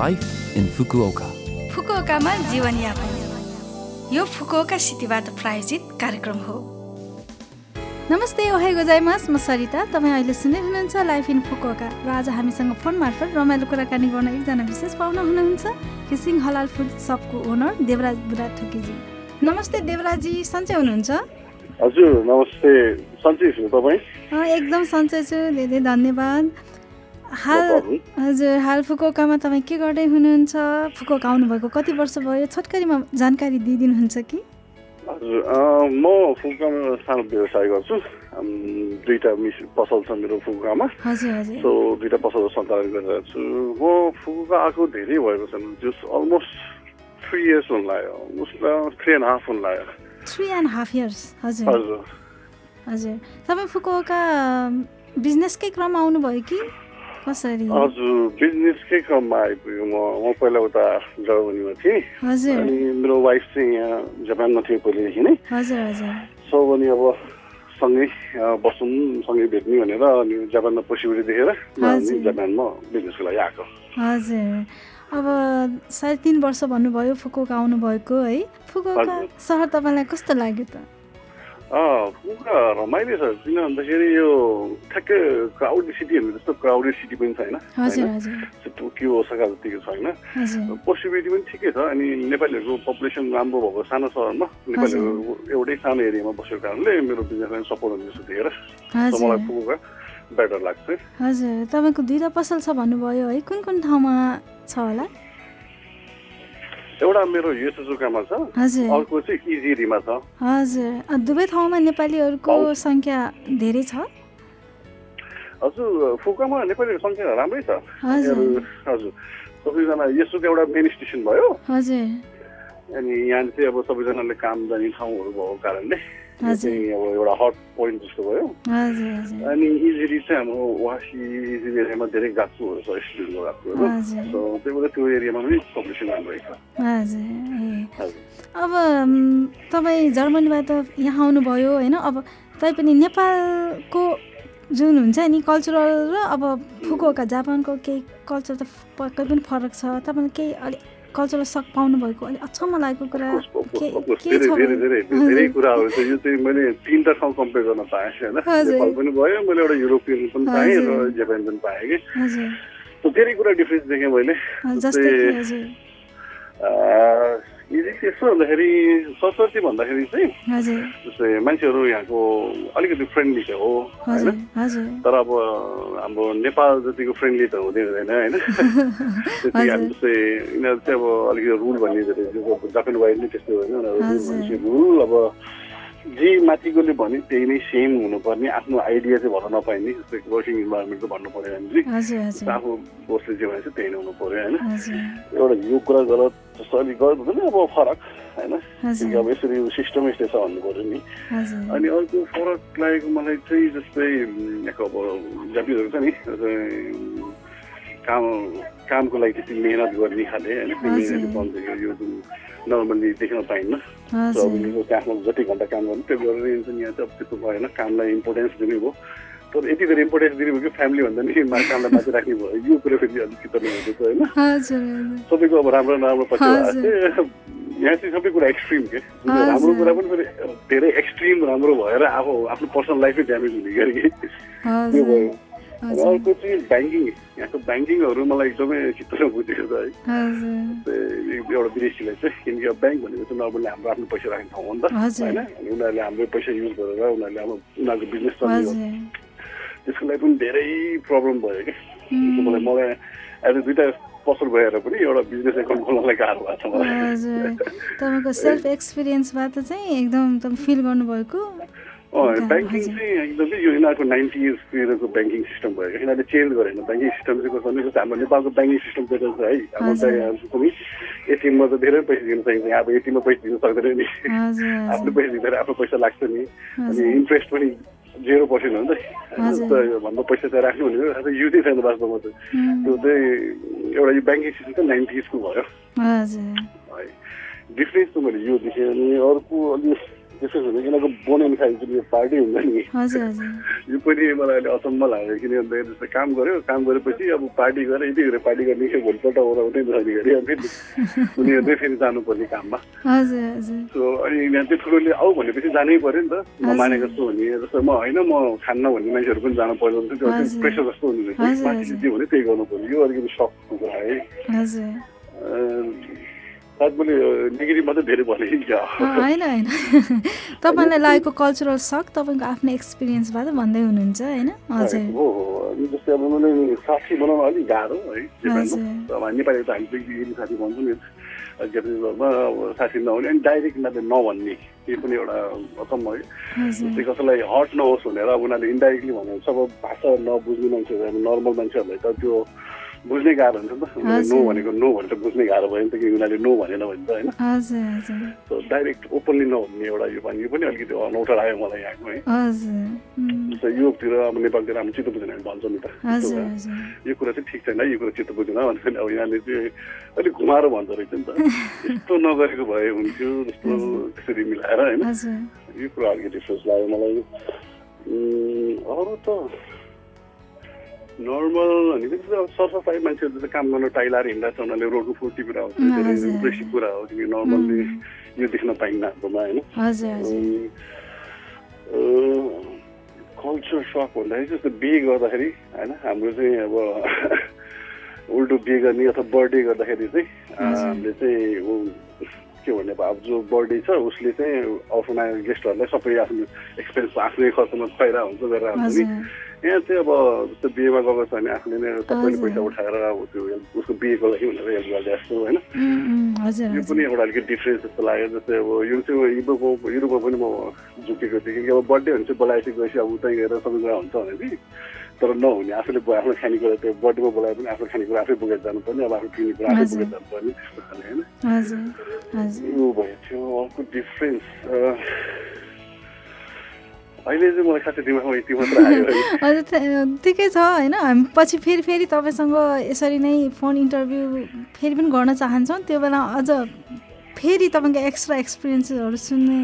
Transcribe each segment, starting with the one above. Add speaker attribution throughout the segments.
Speaker 1: Life in Fukuoka.
Speaker 2: फुकुओकामा जीवनयापन यो फुकुओका सिटीबाट प्रायोजित कार्यक्रम हो नमस्ते ओहे गोजाइमास म सरिता तपाईँ अहिले सुन्दै हुनुहुन्छ लाइफ इन फुकुओका र आज हामीसँग फोन मार्फत रमाइलो कुराकानी गर्न एकजना विशेष पाहुना हुनुहुन्छ किसिङ हलाल फुड सपको ओनर देवराज बुढाथोकीजी नमस्ते देवराजी सन्चै हुनुहुन्छ
Speaker 3: हजुर नमस्ते सन्चै छु तपाईँ
Speaker 2: अँ, एकदम सन्चै छु धेरै धन्यवाद हाल
Speaker 3: No problem.
Speaker 2: हजुर हाल फुकुओकामा तपाईँ के गर्दै हुनुहुन्छ फुकुओका आउनुभएको कति वर्ष भयो छोटकरीमा जानकारी दिइदिनुहुन्छ कि
Speaker 3: हजुर अँ, म फुकामा सानो व्यवसाय गर्छु अम्, दुईवटा मिस पसल छ मेरो फुकामा
Speaker 2: हजुर हजुर
Speaker 3: सो दुईवटा पसल सञ्चालन गरिरहेको छु म फुका आएको धेरै भएको छ जस अलमोस्ट थ्री इयर्स हुन लाग्यो अलमोस्ट थ्री एन्ड हाफ हुन लाग्यो
Speaker 2: थ्री एन्ड हाफ इयर्स हजुर
Speaker 3: हजुर
Speaker 2: हजुर तपाईँ फुकुओका बिजनेसकै क्रममा आउनुभयो कि कसरी
Speaker 3: हजुर बिजनेसकै क्रममा आइपुग्यो म म पहिला उता जर्मनीमा थिएँ
Speaker 2: हजुर
Speaker 3: अनि मेरो वाइफ चाहिँ यहाँ जापानमा थियो पहिलेदेखि नै
Speaker 2: हजुर हजुर
Speaker 3: सो अनि अब सँगै अ, बसौँ सँगै भेट्ने भनेर अनि जापानमा पसिबेली देखेर म
Speaker 2: हजुर।
Speaker 3: अनि जापानमा बिजनेसको लागि आएको
Speaker 2: हजुर अब साढे तिन वर्ष भन्नुभयो फुकुओका आउनुभएको है फुकुओका
Speaker 3: हजुर।
Speaker 2: सहर तपाईँलाई कस्तो लाग्यो त
Speaker 3: अँ, पुरा रमाइलो छ किन भन्दाखेरि यो ठ्याक्कै क्राउडेड सिटी भन्ने जस्तो क्राउडेड सिटी पनि छैन
Speaker 2: हजुर
Speaker 3: होइन?
Speaker 2: हजुर
Speaker 3: त्यो टोकियो ओसाका जतिको छैन
Speaker 2: हजुर
Speaker 3: पसिबिलिटी पनि ठिकै छ अनि नेपालीहरूको पपुलेसन राम्रो भएको सानो सहरमा नेपालीहरूको एउटै सानो एरियामा बसेको कारणले मेरो बिजनेसलाई सपोर्ट हुने जस्तो देखेर सो मलाई
Speaker 2: हजुर
Speaker 3: पुगेर बेटर लाग्छ
Speaker 2: हजुर तपाईँको दुईवटा पसल छ भन्नुभयो है कुन कुन ठाउँमा छ होला
Speaker 3: एउटा मेरो यो सुजुकामा छ
Speaker 2: हजुर
Speaker 3: अर्को चाहिँ इजिरीमा छ
Speaker 2: हजुर अ, दुवै ठाउँमा नेपालीहरूको
Speaker 3: हौ।
Speaker 2: सङ्ख्या धेरै छ
Speaker 3: हजुर फुकामा नेपालीहरूको सङ्ख्या राम्रै छ
Speaker 2: हजुर
Speaker 3: यहाँहरू- हजुर सबैजना यसोको एउटा मेन स्टेसन भयो
Speaker 2: हजुर
Speaker 3: अनि यहाँ चाहिँ अब सबैजनाले काम जाने ठाउँहरू भएको कारणले यो
Speaker 2: हजुर।
Speaker 3: चाहिँ अब एउटा हट पोइन्ट जस्तो भयो
Speaker 2: हजुर हजुर
Speaker 3: अनि इजिली चाहिँ हाम्रो वासी इजिली एरियामा धेरै गाकुहरू छ स्टुडेन्टको गाकुहरू
Speaker 2: हजुर।
Speaker 3: सो त्यही भएर त्यो एरियामा पनि पपुलेसन राम्रै छ
Speaker 2: हजुर ए
Speaker 3: हजुर
Speaker 2: अब म, तपाईँ जर्मनीबाट यहाँ आउनुभयो होइन अब तैपनि नेपालको जुन हुन्छ नि कल्चरल र अब फुकुओका जापानको केही कल्चर त पक्कै पनि फरक छ तपाईँले केही अलिक कल्चरल सक पाउनुभएको अलिक अचम्म लागेको कुरा
Speaker 3: Of course, of course,
Speaker 2: के
Speaker 3: of course,
Speaker 2: के
Speaker 3: धेरै
Speaker 2: छ
Speaker 3: धेरै धेरै
Speaker 2: भने?
Speaker 3: धेरै कुराहरू छ यो चाहिँ मैले तिनवटा ठाउँ कम्पेयर गर्न पाएँ होइन
Speaker 2: हजुर।
Speaker 3: नेपाल पनि भयो मैले एउटा युरोपियन पनि पाएँ र
Speaker 2: हजुर।
Speaker 3: जापान पनि पाएँ कि
Speaker 2: हजुर
Speaker 3: सो धेरै कुरा डिफ्रेन्स देखेँ मैले
Speaker 2: जस्तै कि
Speaker 3: जस्तै
Speaker 2: हजुर
Speaker 3: अँ, यदि त्यस्तो भन्दाखेरि सरस्वती भन्दाखेरि चाहिँ
Speaker 2: हजुर
Speaker 3: जस्तै मान्छेहरू यहाँको अलिकति फ्रेन्डली त हो
Speaker 2: हजुर
Speaker 3: होइन
Speaker 2: हजुर
Speaker 3: तर अब हाम्रो नेपाल जतिको फ्रेन्डली त हुँदै हुँदैन होइन त्यति हामी
Speaker 2: हजुर।
Speaker 3: जस्तै यिनीहरू चाहिँ अब अलिकति रुल भन्ने जस्तै जो अब जापान वाइज नै त्यस्तो होइन उनीहरू रुल
Speaker 2: हजुर।
Speaker 3: भनेपछि रुल अब जे माथिकोले भन्यो त्यही नै सेम हुनुपर्ने आफ्नो आइडिया चाहिँ भन्न नपाइने जस्तै वर्किङ इन्भाइरोमेन्टको भन्नु पऱ्यो भने चाहिँ
Speaker 2: हजुर हजुर
Speaker 3: आफू बसले जे भनेको छ त्यही नै हुनु पऱ्यो होइन
Speaker 2: हजुर
Speaker 3: एउटा यो कुरा गलत जस्तो अलिक गलत हुँदैन अब फरक होइन
Speaker 2: हजुर
Speaker 3: ठिक, अब यसरी सिस्टम यस्तै छ भन्नु पऱ्यो नि
Speaker 2: हजुर
Speaker 3: अनि अर्को फरक लागेको मलाई चाहिँ जस्तै उम्, यहाँको अब जापिजहरू छ नि जस्तै, उम्, काम कामको लागि त्यति मिहिनेत गर्ने खाले होइन त्यो
Speaker 2: हजुर।
Speaker 3: मिहिनेत बन्छ यो यो जुन नर्मल्ली देख्न पाइन्न सो अब
Speaker 2: हजुर
Speaker 3: यो चाहिँ आफ्नो जति घन्टा काम गर्नु त्यो गरेर यहाँ चाहिँ यहाँ चाहिँ अब त्यस्तो भएन कामलाई इम्पोर्टेन्स दिने भयो तर यति धेरै इम्पोर्टेन्स दिने भयो कि फ्यामिली भन्दा नि मा- कामलाई माथि राख्ने भयो यो कुरा फेरि अलिकति नै हुँदैछ होइन
Speaker 2: हजुर
Speaker 3: सबैको अब राम्रो राम्रो पछि
Speaker 2: हजुर।
Speaker 3: यहाँ चाहिँ सबै कुरा एक्सट्रिम के जुन चाहिँ राम्रो
Speaker 2: हजुर।
Speaker 3: कुरा पनि फेरि धेरै एक्सट्रिम राम्रो भएर अब आफ्नो पर्सनल लाइफै ड्यामेज हुने गरी त्यो
Speaker 2: हजुर
Speaker 3: भयो र
Speaker 2: हजुर
Speaker 3: अर्को चाहिँ ब्याङ्किङ यहाँको ब्याङ्किङहरू मलाई एकदमै चित्त बुझेको छ है
Speaker 2: हजुर
Speaker 3: त्यो एउटा विदेशीलाई चाहिँ किनकि अब ब्याङ्क भनेको चाहिँ नर्मली हाम्रो आफ्नो पैसा राख्ने ठाउँ हो नि त
Speaker 2: हजुर।
Speaker 3: होइन अनि उनीहरूले हाम्रो पैसा युज गरेर उनीहरूले अब उनीहरूको बिजनेस चल्ने हो
Speaker 2: हजुर
Speaker 3: त्यसको लागि पनि धेरै प्रब्लम भयो कि त्यसको मलाई मलाई आज दुइटा पसल गएर पनि एउटा बिजनेस एकाउन्ट खोल्नलाई गाह्रो भएको छ मलाई
Speaker 2: हजुर तपाईँको सेल्फ एक्सपिरियन्सबाट चाहिँ एकदम एकदम फिल गर्नुभएको
Speaker 3: अँ,
Speaker 2: एकदम,
Speaker 3: ब्याङ्किङ
Speaker 2: हजुर।
Speaker 3: चाहिँ एकदमै यो यिनीहरूको नाइन्टी इयर्स पिरियडको ब्याङ्किङ सिस्टम भयो यिनीहरूले चेन्ज गरेन ब्याङ्किङ सिस्टम चाहिँ कस्तो भने जस्तो हाम्रो नेपालको ब्याङ्किङ सिस्टम चाहिँ छ है हाम्रो
Speaker 2: हजुर।
Speaker 3: चाहिँ अब पनि एटिएममा त धेरै पैसा दिन सकिन्छ यहाँ अब एटिएममा पैसा दिन सक्दैन नि
Speaker 2: हजुर
Speaker 3: आफ्नो
Speaker 2: हजुर
Speaker 3: पैसा दिँदा आफ्नो पैसा लाग्छ नि अनि
Speaker 2: हजुर
Speaker 3: इन्ट्रेस्ट पनि जेरो पर्सेन्ट हो नि
Speaker 2: हजुर।
Speaker 3: त भन्दा पैसा त राख्नु भनेको युजै छैन वास्तवमा त
Speaker 2: उम्,
Speaker 3: त्यो चाहिँ एउटा यो ब्याङ्किङ सिस्टम चाहिँ नाइन्टी इयर्सको भयो
Speaker 2: हजुर
Speaker 3: है डिफ्रेन्स त मैले यो देखेँ अनि अर्को अलि विशेष हुँदैन यिनीहरूको बोन अनुसार जुन यो पार्टी हुन्छ नि
Speaker 2: हजुर हजुर
Speaker 3: यो पनि मलाई अहिले अचम्म लाग्यो किन भन्दाखेरि जस्तो काम गऱ्यो काम गरेपछि अब पार्टी गरेर यति गरेर पार्टी गर्ने के भोलिपल्ट ओराउँदै धनी गरे अनि फेरि उनीहरू नै फेरि जानुपर्ने काममा
Speaker 2: हजुर हजुर
Speaker 3: सो अनि यहाँ त्यो ठुलोले आऊ भनेपछि जानै पऱ्यो नि त म माने जस्तो हुने जस्तो म होइन म खान्न भन्ने मान्छेहरू पनि जानु पर्दैन हुन्छ त्यो अलिकति
Speaker 2: हजुर।
Speaker 3: प्रेसर जस्तो हुनु रहेछ
Speaker 2: हजुर,
Speaker 3: मान्छेले
Speaker 2: हजुर।
Speaker 3: जे भन्यो त्यही गर्नु पर्यो यो अलिकति सकको कुरा है
Speaker 2: हजुर
Speaker 3: अँ, सायद मैले नेगेटिभ मात्रै धेरै भने क्या
Speaker 2: अँ, होइन होइन तपाईँलाई लागेको कल्चरल सक तपाईँको आफ्नो एक्सपिरियन्सबाट भन्दै हुनुहुन्छ होइन हजुर
Speaker 3: हो हो अनि जस्तै अब मलाई साथी बनाउन अलिक गाह्रो है जापानमा
Speaker 2: हजुर।
Speaker 3: अब हामी नेपाली त हामी बिग्रिने साथी भन्छौँ नि जापानिजमा अब साथी नहुने अनि डाइरेक्ट उनीहरूले नभन्ने त्यो पनि एउटा अचम्म है
Speaker 2: हजुर
Speaker 3: त्यो कसैलाई हर्ट नहोस् भनेर अब उनीहरूले इन्डाइरेक्टली भन्नुहुन्छ अब भाषा नबुझ्ने मान्छेहरू अब नर्मल मान्छेहरूलाई त त्यो बुझ्ने गाह्रो हुन्छ नि त
Speaker 2: हजुर।
Speaker 3: उनीहरूले नो भनेको नो भनेर बुझ्ने गाह्रो भयो नि त कि उनीहरूले नो भनेन भने त होइन
Speaker 2: हजुर हजुर
Speaker 3: सो डाइरेक्ट ओपनली नभन्ने एउटा यो पनि यो पनि अलिकति अनौठो लाग्यो मलाई यहाँको है
Speaker 2: हजुर उम्,
Speaker 3: जस्तो युरोपतिर अब नेपालतिर हामी चित्त बुझेन भने भन्छौँ नि त त्यस्तो
Speaker 2: हजुर
Speaker 3: कुरा।
Speaker 2: हजुर
Speaker 3: यो कुरा चाहिँ ठिक छैन यो कुरा चित्त बुझेन भनेर अब यहाँले चाहिँ अलिक घुमाएर भन्दो रहेछ नि त यस्तो नगरेको भए हुन्थ्यो जस्तो त्यसरी मिलाएर होइन
Speaker 2: हजुर
Speaker 3: यो कुरा अलिकति सोच लाग्यो मलाई उम्, अरू त नर्मल भनेपछि त अब सरसफाइ मान्छेहरू त काम गर्न टाइलाएर हिँड्दा छ उनीहरूले रोडको फुर्ती कुरा हो त्यो
Speaker 2: हजुर।
Speaker 3: धेरै इम्प्रेसिभ कुरा हो किनकि नर्मल्ली यो देख्न पाइन्न हाम्रोमा होइन
Speaker 2: हजुर हजुर
Speaker 3: E, कल्चर सक भन्दाखेरि जस्तो बिहे गर्दाखेरि होइन हाम्रो चाहिँ अब उल्टो बिहे गर्ने अथवा बर्थडे गर्दाखेरि चाहिँ अ,
Speaker 2: हजुर।
Speaker 3: हामीले चाहिँ उ- के भन्ने अब जो बर्थडे छ उसले चाहिँ आफ्ना गेस्टहरूलाई सबै आफ्नो एक्सपेन्स आफ्नै खर्चमा खुवाइरहेको हुन्छ गरेर हुन्छ नि
Speaker 2: हजुर
Speaker 3: यहाँ चाहिँ अब जस्तो बिहेमा गएको छ भने आफूले नै
Speaker 2: हजुर।
Speaker 3: सबैले पैसा उठाएर अब त्यो help- उसको बिहेको लागि भनेर हेल्प गर्दै जस्तो होइन
Speaker 2: उम्, उम्, हजुर
Speaker 3: यो पनि
Speaker 2: हजुर
Speaker 3: एउटा अलिकति डिफ्रेन्स जस्तो लाग्यो जस्तै अब यो चाहिँ युरोपमा युरोपमा पनि म झुकेको थिएँ किनकि अब बर्थडे हुन्छ बोलाएपछि गएपछि अब उतै गएर सबै कुरा हुन्छ भने चाहिँ तर नहुने आफूले बो- आफ्नो खानेकुरा त्यो बर्थडेमा बोलाए पनि आफ्नो खानेकुरा आफै बोकेर जानुपर्ने अब आफ्नो खानेकुरा आफै
Speaker 2: हजुर।
Speaker 3: बोकेर जानुपर्ने त्यस्तो खाले होइन
Speaker 2: हजुर हजुर
Speaker 3: यो भयो थियो अर्को डिफ्रेन्स अँ, अहिले चाहिँ मलाई खासै दिमागमा यति मात्र आयो है
Speaker 2: हजुर थ- ठिकै छ होइन हामी पछि फेरि फेरि तपाईँसँग यसरी नै फोन इन्टरभ्यू फेरि पनि गर्न चाहन्छौँ त्यो बेला अझ फेरि तपाईँको एक्स्ट्रा एक्सपिरियन्सहरू सुन्ने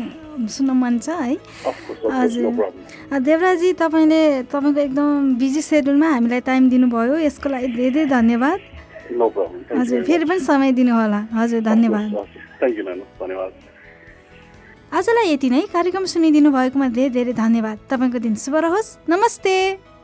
Speaker 2: सुन्न मन छ है
Speaker 3: Of course, of course, no
Speaker 2: हजुर।
Speaker 3: problem.
Speaker 2: अ, देवराजी तपाईँले तपाईँको एकदम बिजी सेड्युलमा हामीलाई टाइम दिनुभयो यसको लागि धेरै धन्यवाद
Speaker 3: No problem. Thank you
Speaker 2: हजुर
Speaker 3: very
Speaker 2: फेरि
Speaker 3: much.
Speaker 2: पनि समय दिनुहोला हजुर
Speaker 3: Of course,
Speaker 2: धन्यवाद
Speaker 3: of course. Thank you, Nana. धन्यवाद
Speaker 2: आजलाई यति नै कार्यक्रम सुनिदिनु भएकोमा धेरै धेरै धन्यवाद तपाईँको दिन शुभ रहोस् नमस्ते